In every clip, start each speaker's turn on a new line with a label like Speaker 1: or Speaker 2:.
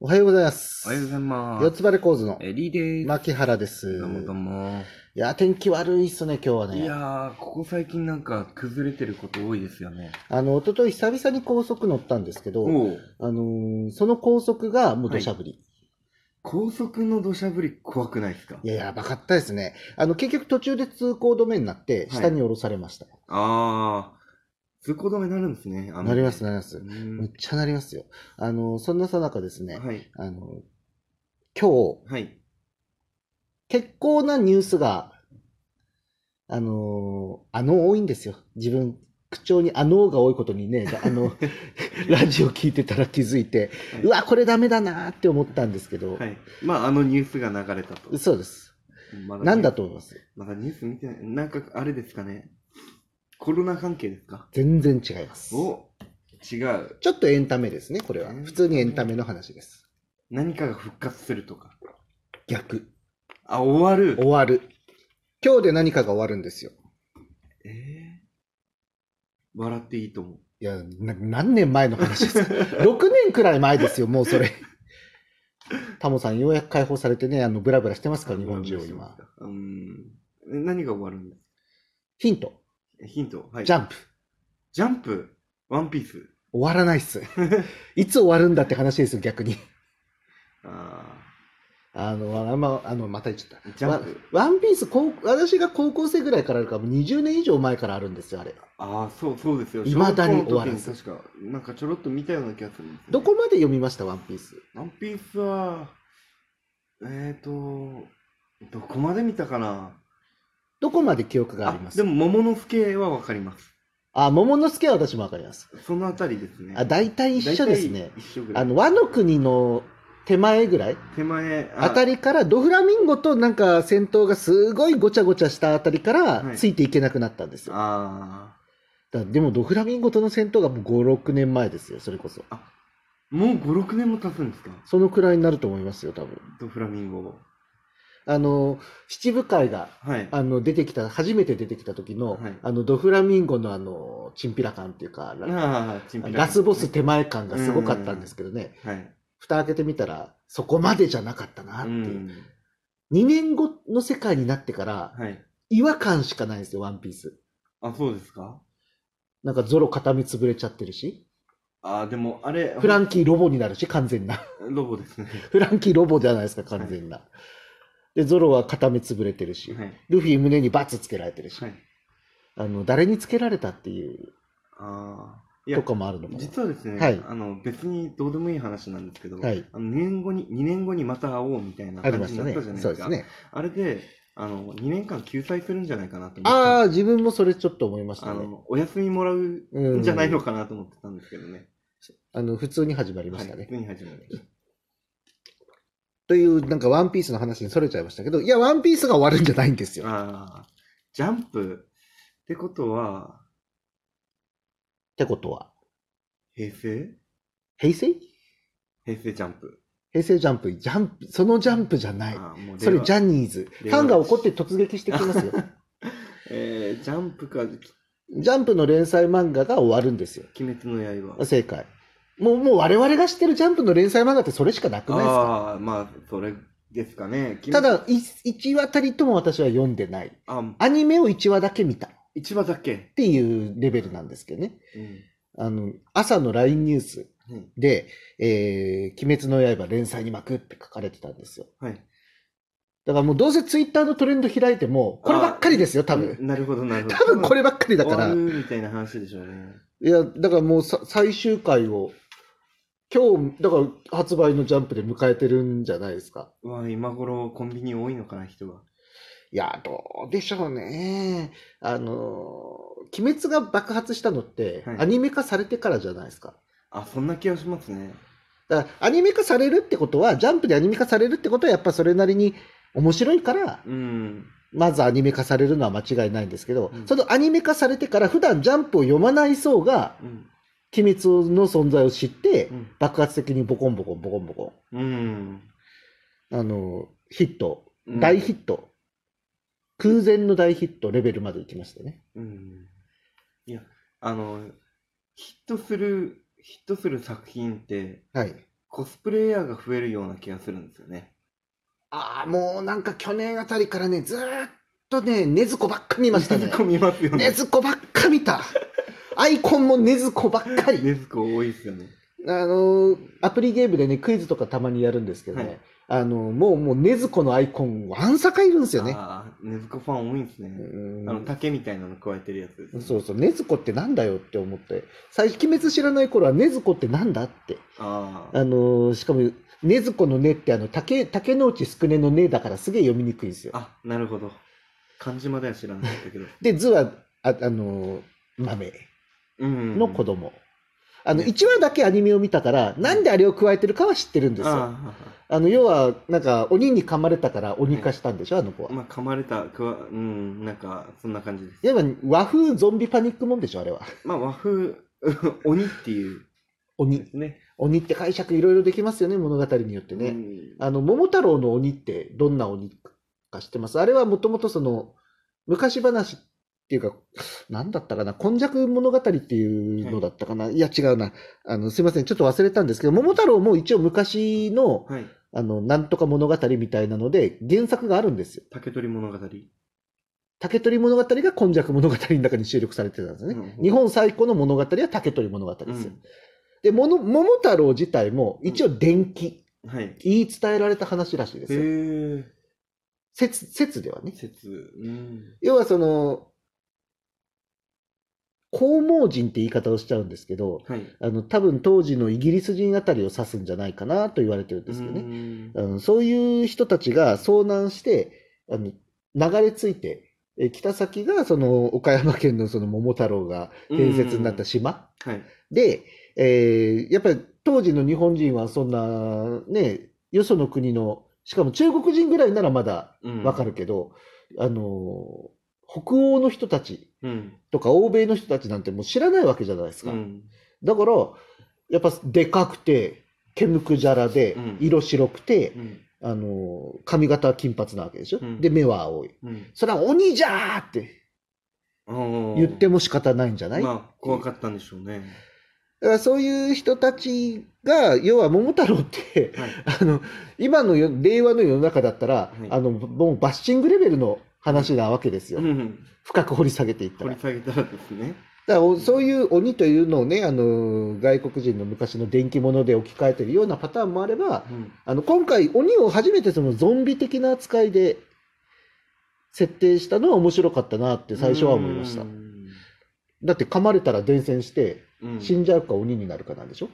Speaker 1: おはようございます。
Speaker 2: おはようございます。
Speaker 1: 四つ葉レコーズの
Speaker 2: えりです。
Speaker 1: 牧原です。
Speaker 2: どうもどう
Speaker 1: い
Speaker 2: も。
Speaker 1: や、天気悪いっすね、今日はいね。
Speaker 2: やー、ここ最近なんか崩れてること多いですよね。
Speaker 1: あの、一昨日久々に高速乗ったんですけど、
Speaker 2: もう、
Speaker 1: あのーその高速がもう土砂降り。
Speaker 2: 高速の土砂降り怖くないですか
Speaker 1: い、や、やばかったですね。あの、結局途中で通行止めになって、
Speaker 2: はい
Speaker 1: 下に降ろされました。
Speaker 2: あー、通行止めになるんですね。雨で
Speaker 1: なります、。なりま
Speaker 2: う
Speaker 1: す。
Speaker 2: ん
Speaker 1: むっちゃなりますよ。あの、そんなさなかですね、
Speaker 2: はい。
Speaker 1: あの、今日、
Speaker 2: はい。
Speaker 1: 結構なニュースが、あのーあの多いんですよ。自分、口調にあのが多いことにね、あの、 ラジオ聞いてたら気づいて、
Speaker 2: はいう
Speaker 1: わ、これダメだなーって思ったんですけど、
Speaker 2: はい。まあ、あのニュースが流れたと。
Speaker 1: そうです。
Speaker 2: ま
Speaker 1: なんだと思います
Speaker 2: まだニュース見てない。なんか、あれですかね。コロナ関係ですか
Speaker 1: 全然違います。
Speaker 2: お違う。
Speaker 1: ちょっとエンタメですね、これは。
Speaker 2: エンタメ
Speaker 1: 普通にエンタメの話です。
Speaker 2: 何かが復活するとか。
Speaker 1: 逆。
Speaker 2: あ、終わる。
Speaker 1: 終わる。今日で何かが終わるんですよ。
Speaker 2: ええ笑っていいと思う。
Speaker 1: いや、な何年前の話ですか ?6 年くらい前ですよ、もうそれ。タモさん、ようやく解放されてね、あの、ブラブラしてますから、日本中を今。。
Speaker 2: うん。何が終わるんです
Speaker 1: ヒント、
Speaker 2: かヒント。はい。ジ
Speaker 1: ジ
Speaker 2: ャ
Speaker 1: ャンプ。
Speaker 2: ンプ。ワンピース。
Speaker 1: 終わらないっ す。いつ終わるんだって話ですよ、逆に。
Speaker 2: あ
Speaker 1: あの、あんま、あの、また言っちゃっ
Speaker 2: あ。ジ
Speaker 1: た。
Speaker 2: ャ
Speaker 1: ワ
Speaker 2: ンプ。
Speaker 1: ワンピース高、私が高校生ぐらいからあるから、もう20年以上前からあるんですよ、あれ。
Speaker 2: ああ、そう、そうですよ。
Speaker 1: 未だに終わら
Speaker 2: る。
Speaker 1: ず
Speaker 2: 確か、なんかちょろっと見たような気がするんですよね
Speaker 1: どこまで読みました、ワンピース。
Speaker 2: ワンピースは、えっ、ー、と、どこまで見たかな
Speaker 1: どこまで記憶があります
Speaker 2: でも、桃之助はわかります。
Speaker 1: あ、桃之助は私もわかります。
Speaker 2: そのあたりですね。
Speaker 1: あ、大体一緒です
Speaker 2: 大
Speaker 1: ね
Speaker 2: 体。一緒ぐらい。
Speaker 1: あの、和の国の手前ぐらい
Speaker 2: 手前、
Speaker 1: あた
Speaker 2: り。
Speaker 1: りからドフラミンゴとなんか戦闘がすごいごちゃごちゃしたあたりから
Speaker 2: はい
Speaker 1: ついていけなくなったんですよ。
Speaker 2: あ
Speaker 1: だからでもドフラミンゴとの戦闘がもう5、6年前ですよ、それこそ。
Speaker 2: あ。もう5、6年も経つんですか
Speaker 1: そのくらいになると思いますよ、多分。
Speaker 2: ドフラミンゴ。
Speaker 1: あの、七部会が、
Speaker 2: はい。
Speaker 1: あの、出てきた、初めて出てきた時の、
Speaker 2: はい
Speaker 1: あの、ドフラミンゴのあの、チンピラ感っていうか、
Speaker 2: ああ、チンピラ
Speaker 1: ラスボス手前感がすごかったんですけどね、
Speaker 2: はい。
Speaker 1: 蓋開けてみたら、そこまでじゃなかったな
Speaker 2: う
Speaker 1: っていう。
Speaker 2: ん。
Speaker 1: 2年後の世界になってから、
Speaker 2: はい。
Speaker 1: 違和感しかないんですよ、ワンピース。
Speaker 2: あ、そうですか
Speaker 1: なんかゾロ片目潰れちゃってるし、
Speaker 2: ああ、でも、あれ、
Speaker 1: フランキーロボになるし、完全な。
Speaker 2: ロボですね。
Speaker 1: フランキーロボじゃないですか、完全な。で、ゾロは片目潰れてるし、
Speaker 2: はい。
Speaker 1: ルフィ胸にバツつけられてるし、
Speaker 2: はい。
Speaker 1: あの、誰につけられたっていう
Speaker 2: ああ。い
Speaker 1: と
Speaker 2: や、
Speaker 1: かもあるのかな。
Speaker 2: 実はですね、
Speaker 1: はい
Speaker 2: あの、別にどうでもいい話なんですけど、
Speaker 1: はい
Speaker 2: あの2年後に、2年後にまた会おうみたいな
Speaker 1: あり
Speaker 2: 感
Speaker 1: ま
Speaker 2: じ
Speaker 1: し
Speaker 2: にな
Speaker 1: た
Speaker 2: ったじゃない
Speaker 1: ね。
Speaker 2: です
Speaker 1: そ
Speaker 2: か。
Speaker 1: うですね。
Speaker 2: あれで、あの、2年間救済するんじゃないかなと思って、
Speaker 1: ああ、自分もそれちょっと思いまし
Speaker 2: あ
Speaker 1: たね。
Speaker 2: の、お休みもらう
Speaker 1: うん
Speaker 2: じゃないのかなと思ってたんですけどね。
Speaker 1: あの、普通に始まりま
Speaker 2: は
Speaker 1: し
Speaker 2: い
Speaker 1: たね。
Speaker 2: 普通に始まりまし
Speaker 1: という、なんかワンピースの話にそれちゃいましたけど、いや、ワンピースが終わるんじゃないんです
Speaker 2: た。
Speaker 1: よ。
Speaker 2: ああ。ジャンプってことは、
Speaker 1: ってことは、
Speaker 2: 平成
Speaker 1: 平成
Speaker 2: 平成ジャンプ。
Speaker 1: 平成ジャンプ、ジャンプ、そのジャンプじゃない。
Speaker 2: あもう
Speaker 1: それジ
Speaker 2: ン
Speaker 1: ャニーズ。フ
Speaker 2: 令和
Speaker 1: ァンが怒って突撃してき ますよ。
Speaker 2: えージャンプか、鬼
Speaker 1: ジャンプの連載漫画が終わるんですよ。
Speaker 2: 滅の刃。
Speaker 1: 正解。もう、もう我々が知ってるジャンプの連載漫画ってそれしかなくないですか
Speaker 2: ああ、まあ、それですかね。鬼滅
Speaker 1: た、だ、い一話たりとも私は読んでない。
Speaker 2: あ、
Speaker 1: アニメを一話だけ見たっ
Speaker 2: 一話だけ。
Speaker 1: ていうレベルなんですけどね。
Speaker 2: うん。
Speaker 1: あの、朝の LINE ニュース
Speaker 2: うん
Speaker 1: で、えー、鬼滅の刃連載に巻くって書かれてたんですよ。
Speaker 2: はい。
Speaker 1: だからもうどうせツイッターのトレンド開いても、こればっかりですよ、多分。
Speaker 2: なるほど、なるほど。
Speaker 1: 多分こればっかりだ
Speaker 2: 終
Speaker 1: か
Speaker 2: わ
Speaker 1: ら。
Speaker 2: るみたいな話でしょうね。
Speaker 1: いや、だからもうさ最終回を、今日、だから発売のジャンプで迎えてるんじゃないですか。
Speaker 2: うわ、今頃コンビニ多いのかな、人が。
Speaker 1: いや、どうでしょうね。あの、鬼滅が爆発したのって、
Speaker 2: はい
Speaker 1: アニメ化されてからじゃないですか。
Speaker 2: あ、そんな気がしますね。
Speaker 1: だから、アニメ化されるってことは、ジャンプでアニメ化されるってことは、やっぱそれなりに面白いから、
Speaker 2: うん。
Speaker 1: まずアニメ化されるのは間違いないんですけど、
Speaker 2: うん
Speaker 1: そのアニメ化されてから、普段ジャンプを読まない層が、
Speaker 2: うん。
Speaker 1: 鬼滅の存在を知って、
Speaker 2: うん
Speaker 1: 爆発的にボコンボコンボコンボコン。
Speaker 2: うん。
Speaker 1: あの、ヒット、
Speaker 2: うん
Speaker 1: 大ヒット、空前の大ヒットレベルまで行きましたね。
Speaker 2: うんいや、あの、ヒットする、ヒットする作品って、
Speaker 1: はい。
Speaker 2: コスプレイヤーが増えるような気がするんですよね。
Speaker 1: ああ、もうなんか去年あたりからね、ずーっとね、ねずこばっか見ました
Speaker 2: ね
Speaker 1: ね。
Speaker 2: 見ますよ
Speaker 1: ね
Speaker 2: ね。
Speaker 1: ずこばっか見た。アイコンもねずこばっかり。
Speaker 2: ねずこ多いですよね。
Speaker 1: あのーアプリゲームでね、クイズとかたまにやるんですけどね、
Speaker 2: はい
Speaker 1: あのーもう、もう、ねずこのアイコン、わんさかいるんですよね。
Speaker 2: ああ、ねずこファン多いんですね。
Speaker 1: うん
Speaker 2: あの、竹みたいなの加えてるやつです、ね。
Speaker 1: そうそう、ねずこってなんだよって思って、最初、鬼滅知らない頃は、ねずこってなんだって。
Speaker 2: ああ。
Speaker 1: あのーしかも、ねずこのねって、あの、竹、竹の内すくねのねだからすげえ読みにくいんですよ。
Speaker 2: あ、なるほど。漢字までは知らなかったけ ど。
Speaker 1: で、図は、あ、あのー豆
Speaker 2: うん。
Speaker 1: の子供。あの、
Speaker 2: ね
Speaker 1: 1話だけアニメを見たから、なんであれを加えてるかは知ってるんですよ。
Speaker 2: あ
Speaker 1: あの、要は、なんか、鬼に噛まれたから鬼化したんでしょ、あの子は
Speaker 2: あ。。まあ、噛まれた、くわ、うん、なんか、そんな感じです。
Speaker 1: いわば和風ゾンビパニックもんでしょ、あれは。
Speaker 2: まあ、和風、 鬼っていうで
Speaker 1: 鬼。
Speaker 2: すね。
Speaker 1: 鬼って解釈いろいろできますよね、物語によってね。
Speaker 2: うん
Speaker 1: あの、桃太郎の鬼ってどんな鬼か知ってますあれはもともとその、昔話っていうか、なんだったかな、今昔物語っていうのだったかな。いや、違うな。あの、すいません、ちょっと忘れたんですけど、桃太郎も一応昔の、
Speaker 2: はい。
Speaker 1: あの、なんとか物語みたいなので、原作があるんですよ。
Speaker 2: 竹取物語。
Speaker 1: 竹取物語が今昔物語の中に収録されてたんですね。
Speaker 2: うん
Speaker 1: 日本最古の物語は竹取物語です
Speaker 2: う
Speaker 1: よ。
Speaker 2: ん。
Speaker 1: で、もの桃太郎自体も一応伝記、
Speaker 2: はい。へ
Speaker 1: 言い伝えられた話らしいですよ。
Speaker 2: え。
Speaker 1: 説、説ではね。
Speaker 2: 説。うん。
Speaker 1: 要はその、黄毛人って言い方をしちゃうんですけど、
Speaker 2: はい。
Speaker 1: あの、多分当時のイギリス人あたりを指すんじゃないかなと言われてるんですよね。
Speaker 2: ね。
Speaker 1: あのそういう人たちが遭難して、あの流れ着いて、え来た先がその岡山県のその桃太郎が伝説になった島。
Speaker 2: はい。
Speaker 1: で、えーやっぱり当時の日本人はそんな、ね、よその国の、しかも中国人ぐらいならまだ
Speaker 2: うん。
Speaker 1: わかるけど、あのー、北欧の人たち
Speaker 2: うん。
Speaker 1: とか欧米の人たちなんてもう知らないわけじゃないです
Speaker 2: う
Speaker 1: か。
Speaker 2: ん。
Speaker 1: だから、やっぱでかくて、毛むくじゃらで
Speaker 2: うん、
Speaker 1: 色白くて、
Speaker 2: うん。
Speaker 1: あのー、髪型は金髪なわけでしょ。
Speaker 2: うん
Speaker 1: で、目は青い。
Speaker 2: うん。
Speaker 1: それは鬼じゃーって言
Speaker 2: 言
Speaker 1: っても仕方ないんじゃない
Speaker 2: まあ、怖かったんでしょうね。
Speaker 1: だからそういう人たちが、要は桃太郎って、
Speaker 2: はい。
Speaker 1: あの、今のよ令和の世の中だったら、
Speaker 2: い
Speaker 1: あの、もうバッシングレベルの話なわけですよ。
Speaker 2: うん。
Speaker 1: 深く掘り下げていった
Speaker 2: 掘
Speaker 1: ら。
Speaker 2: り
Speaker 1: だか
Speaker 2: 下げたらですね。
Speaker 1: らおそういう鬼というのをね、あの、外国人の昔の電気物で置き換えてるようなパターンもあれば、
Speaker 2: うん。
Speaker 1: あの、今回鬼を初めてそのゾンビ的な扱いで設定したのは面白かったなって最初は思いました
Speaker 2: う。ん
Speaker 1: だって噛まれたら伝染して、
Speaker 2: うん
Speaker 1: 死んじゃうか鬼になるかなんでしょ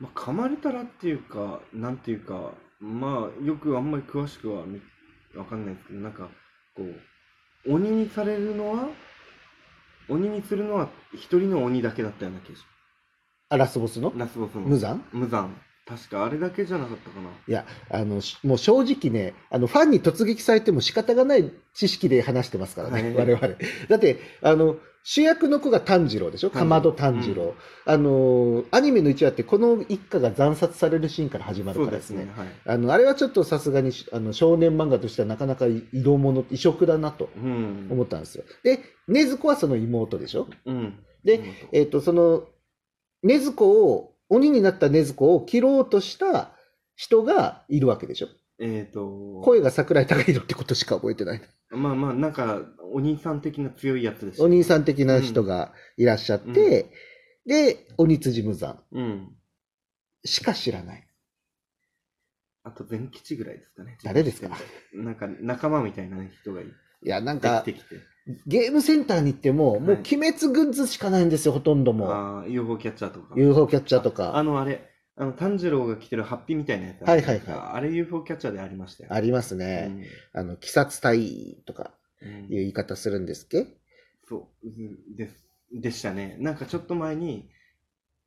Speaker 2: まあ、噛まれたらっていうか、なんていうか、まあ、よくあんまり詳しくはみわかんないですけど、なんか、こう、鬼にされるのは、鬼にするのは一人の鬼だけだったような気がし
Speaker 1: あラスボスの
Speaker 2: ラスボスの。
Speaker 1: 無惨
Speaker 2: 無惨。確かあれだけじゃなかったかな。
Speaker 1: いや、あの、しもう正直ね、あの、ファンに突撃されても仕方がない知識で話してますからね、
Speaker 2: は
Speaker 1: 我々。だって、あの、主役の子が炭治郎でしょかまど炭治郎。あの、アニメの一話ってこの一家が惨殺されるシーンから始まる
Speaker 2: そ
Speaker 1: か
Speaker 2: う
Speaker 1: ら
Speaker 2: で
Speaker 1: ですすね。
Speaker 2: ね。はい。
Speaker 1: あの、あれはちょっとさすがに、あの、少年漫画としてはなかなか異動もの、異色だなと
Speaker 2: うん。
Speaker 1: 思ったんですよ。で、禰豆子はその妹でしょ
Speaker 2: うん。
Speaker 1: で
Speaker 2: うん、
Speaker 1: えっ、と、その、禰豆子を、鬼になった禰豆子を切ろうとした人がいるわけでしょ
Speaker 2: えっ、と、
Speaker 1: 声が桜井高弘ってことしか覚えてない。
Speaker 2: まあまあ、なんか、お兄さん的な強いやつでした。
Speaker 1: お兄さん的な人がいらっしゃって、
Speaker 2: うん
Speaker 1: で、鬼辻無惨
Speaker 2: うん。
Speaker 1: しか知らない。
Speaker 2: あと、全吉ぐらいですかね。
Speaker 1: 誰ですか
Speaker 2: なんか、仲間みたいな人がい
Speaker 1: いや、なん
Speaker 2: 出
Speaker 1: か、
Speaker 2: てきて。
Speaker 1: ゲームセンターに行っても、もう
Speaker 2: はい
Speaker 1: 鬼滅グッズしかないんですよ、ほとんども
Speaker 2: ああ、UFO キャッチャーとか。
Speaker 1: う。UFO キャッチャーと
Speaker 2: ああ
Speaker 1: か、
Speaker 2: の、あれ、あの、炭治郎が着てるハッピーみたいなやつ。
Speaker 1: はいはいはい
Speaker 2: あれ UFO キャッチャーでありましたよ。
Speaker 1: あります
Speaker 2: う
Speaker 1: ね。
Speaker 2: ん
Speaker 1: あの、鬼殺隊とか
Speaker 2: うん
Speaker 1: いう言い方するんですっけ
Speaker 2: そう、うんです。でしたね。なんかちょっと前に、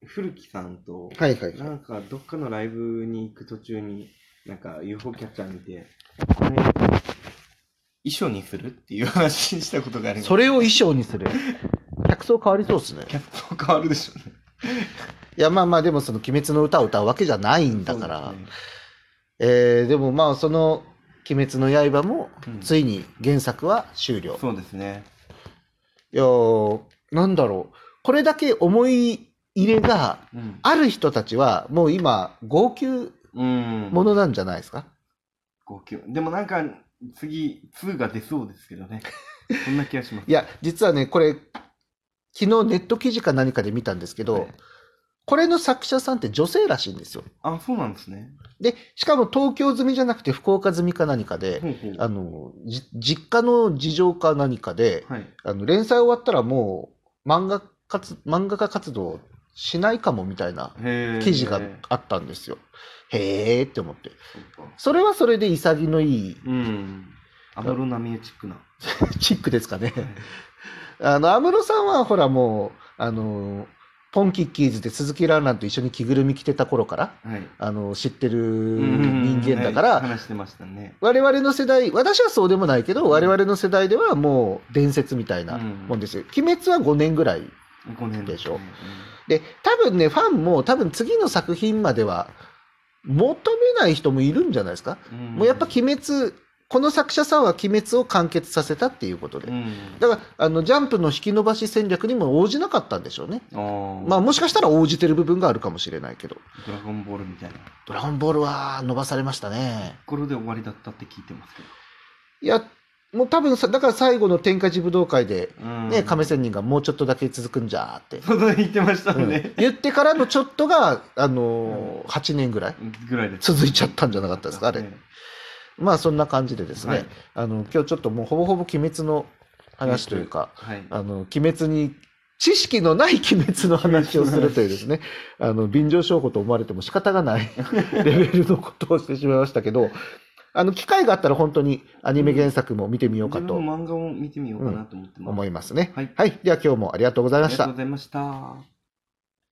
Speaker 2: 古木さんと、
Speaker 1: はいはい
Speaker 2: な
Speaker 1: はい。
Speaker 2: んかどっかのライブに行く途中に、なんか UFO キャッチャー見て、これ、衣装にするっていう話したことがあります。
Speaker 1: それを衣装にする。客層変わりそうですね。
Speaker 2: キャップも変わるでしょうね。
Speaker 1: いや、まあまあ、でもその鬼滅の歌を歌うわけじゃないんだから。
Speaker 2: そうですね
Speaker 1: えーでもまあその「鬼滅の刃」も
Speaker 2: うん
Speaker 1: ついに原作は終了、
Speaker 2: そうですね。
Speaker 1: いやーなんだろうこれだけ思い入れが
Speaker 2: うん。
Speaker 1: ある人たちはもう今号泣
Speaker 2: うん。
Speaker 1: ものなんじゃないですか、
Speaker 2: 号泣。でもなんか、次、2が出そうですけど ね。そんな気がします。
Speaker 1: いや実はねこれ昨日ネット記事か何かで見たんですけど、
Speaker 2: はい
Speaker 1: これの作者さんって女性らしいんですよ
Speaker 2: あ、そうなんですね。
Speaker 1: でしかも東京済みじゃなくて福岡済みか何かで、
Speaker 2: ほうほう。
Speaker 1: あのじ実家の事情か何かで、
Speaker 2: はい。
Speaker 1: あの連載終わったらもう漫画活漫画家活動しないかもみたいな
Speaker 2: へえ。
Speaker 1: 記事があったんですよ。へーって思って。それはそれで潔い
Speaker 2: うん。安室奈美恵チックな。
Speaker 1: チックですかね。あの、安室さんはほらもう、あの、ポンキッキーズで鈴木蘭々と一緒に着ぐるみ着てた頃から、
Speaker 2: はい。
Speaker 1: あの、知ってる
Speaker 2: うん
Speaker 1: 人間だか
Speaker 2: はい
Speaker 1: ら、
Speaker 2: 話してましたね。
Speaker 1: 我々の世代、私はそうでもないけど、
Speaker 2: うん
Speaker 1: 我々の世代ではもう伝説みたいな
Speaker 2: うん
Speaker 1: もんですよ。鬼滅は5年ぐらい
Speaker 2: 5年
Speaker 1: でしょで多分ねファンも多分次の作品までは求めない人もいるんじゃないですか、もうやっぱ
Speaker 2: き、
Speaker 1: 鬼滅この作者さんは鬼滅を完結させたっていうことで、
Speaker 2: うん、
Speaker 1: だからあのジャンプの引き延ばし戦略にも応じなかったんでしょうね、
Speaker 2: あー
Speaker 1: まあもしかしたら応じてる部分があるかもしれないけど
Speaker 2: ドラゴンボールみたいな。
Speaker 1: 「ドラゴンボール」は伸ばされましたね
Speaker 2: これで終わりだったって聞いてますけど。
Speaker 1: いやもう多分さだから最後の天下寺武道会で、
Speaker 2: うん
Speaker 1: ね亀仙人がもうちょっとだけ続くんじゃーって、
Speaker 2: そうだ言ってました
Speaker 1: うん
Speaker 2: ね。
Speaker 1: 言ってからのちょっとが、あのー8年ぐらい
Speaker 2: ぐらいです。
Speaker 1: 続いちゃったんじゃなかったですかあれ
Speaker 2: ね
Speaker 1: まあそんな感じでですね、
Speaker 2: はい
Speaker 1: あの今日ちょっともうほぼほぼ鬼滅の話というか、
Speaker 2: はい。
Speaker 1: あの鬼滅に知識のない鬼滅の話をするというですね、あの便乗証拠と思われても仕方がないレベルのことをしてしまいましたけど、あの機会があったら本当にアニメ原作も見てみようか
Speaker 2: 自
Speaker 1: と
Speaker 2: 分も漫画を見てみようかなと思ってます。
Speaker 1: 思い
Speaker 2: ま
Speaker 1: ますね。
Speaker 2: はい。
Speaker 1: はい、では今日もありがとうござい
Speaker 2: あ
Speaker 1: ま
Speaker 2: り
Speaker 1: し
Speaker 2: がと
Speaker 1: た
Speaker 2: う。ございました。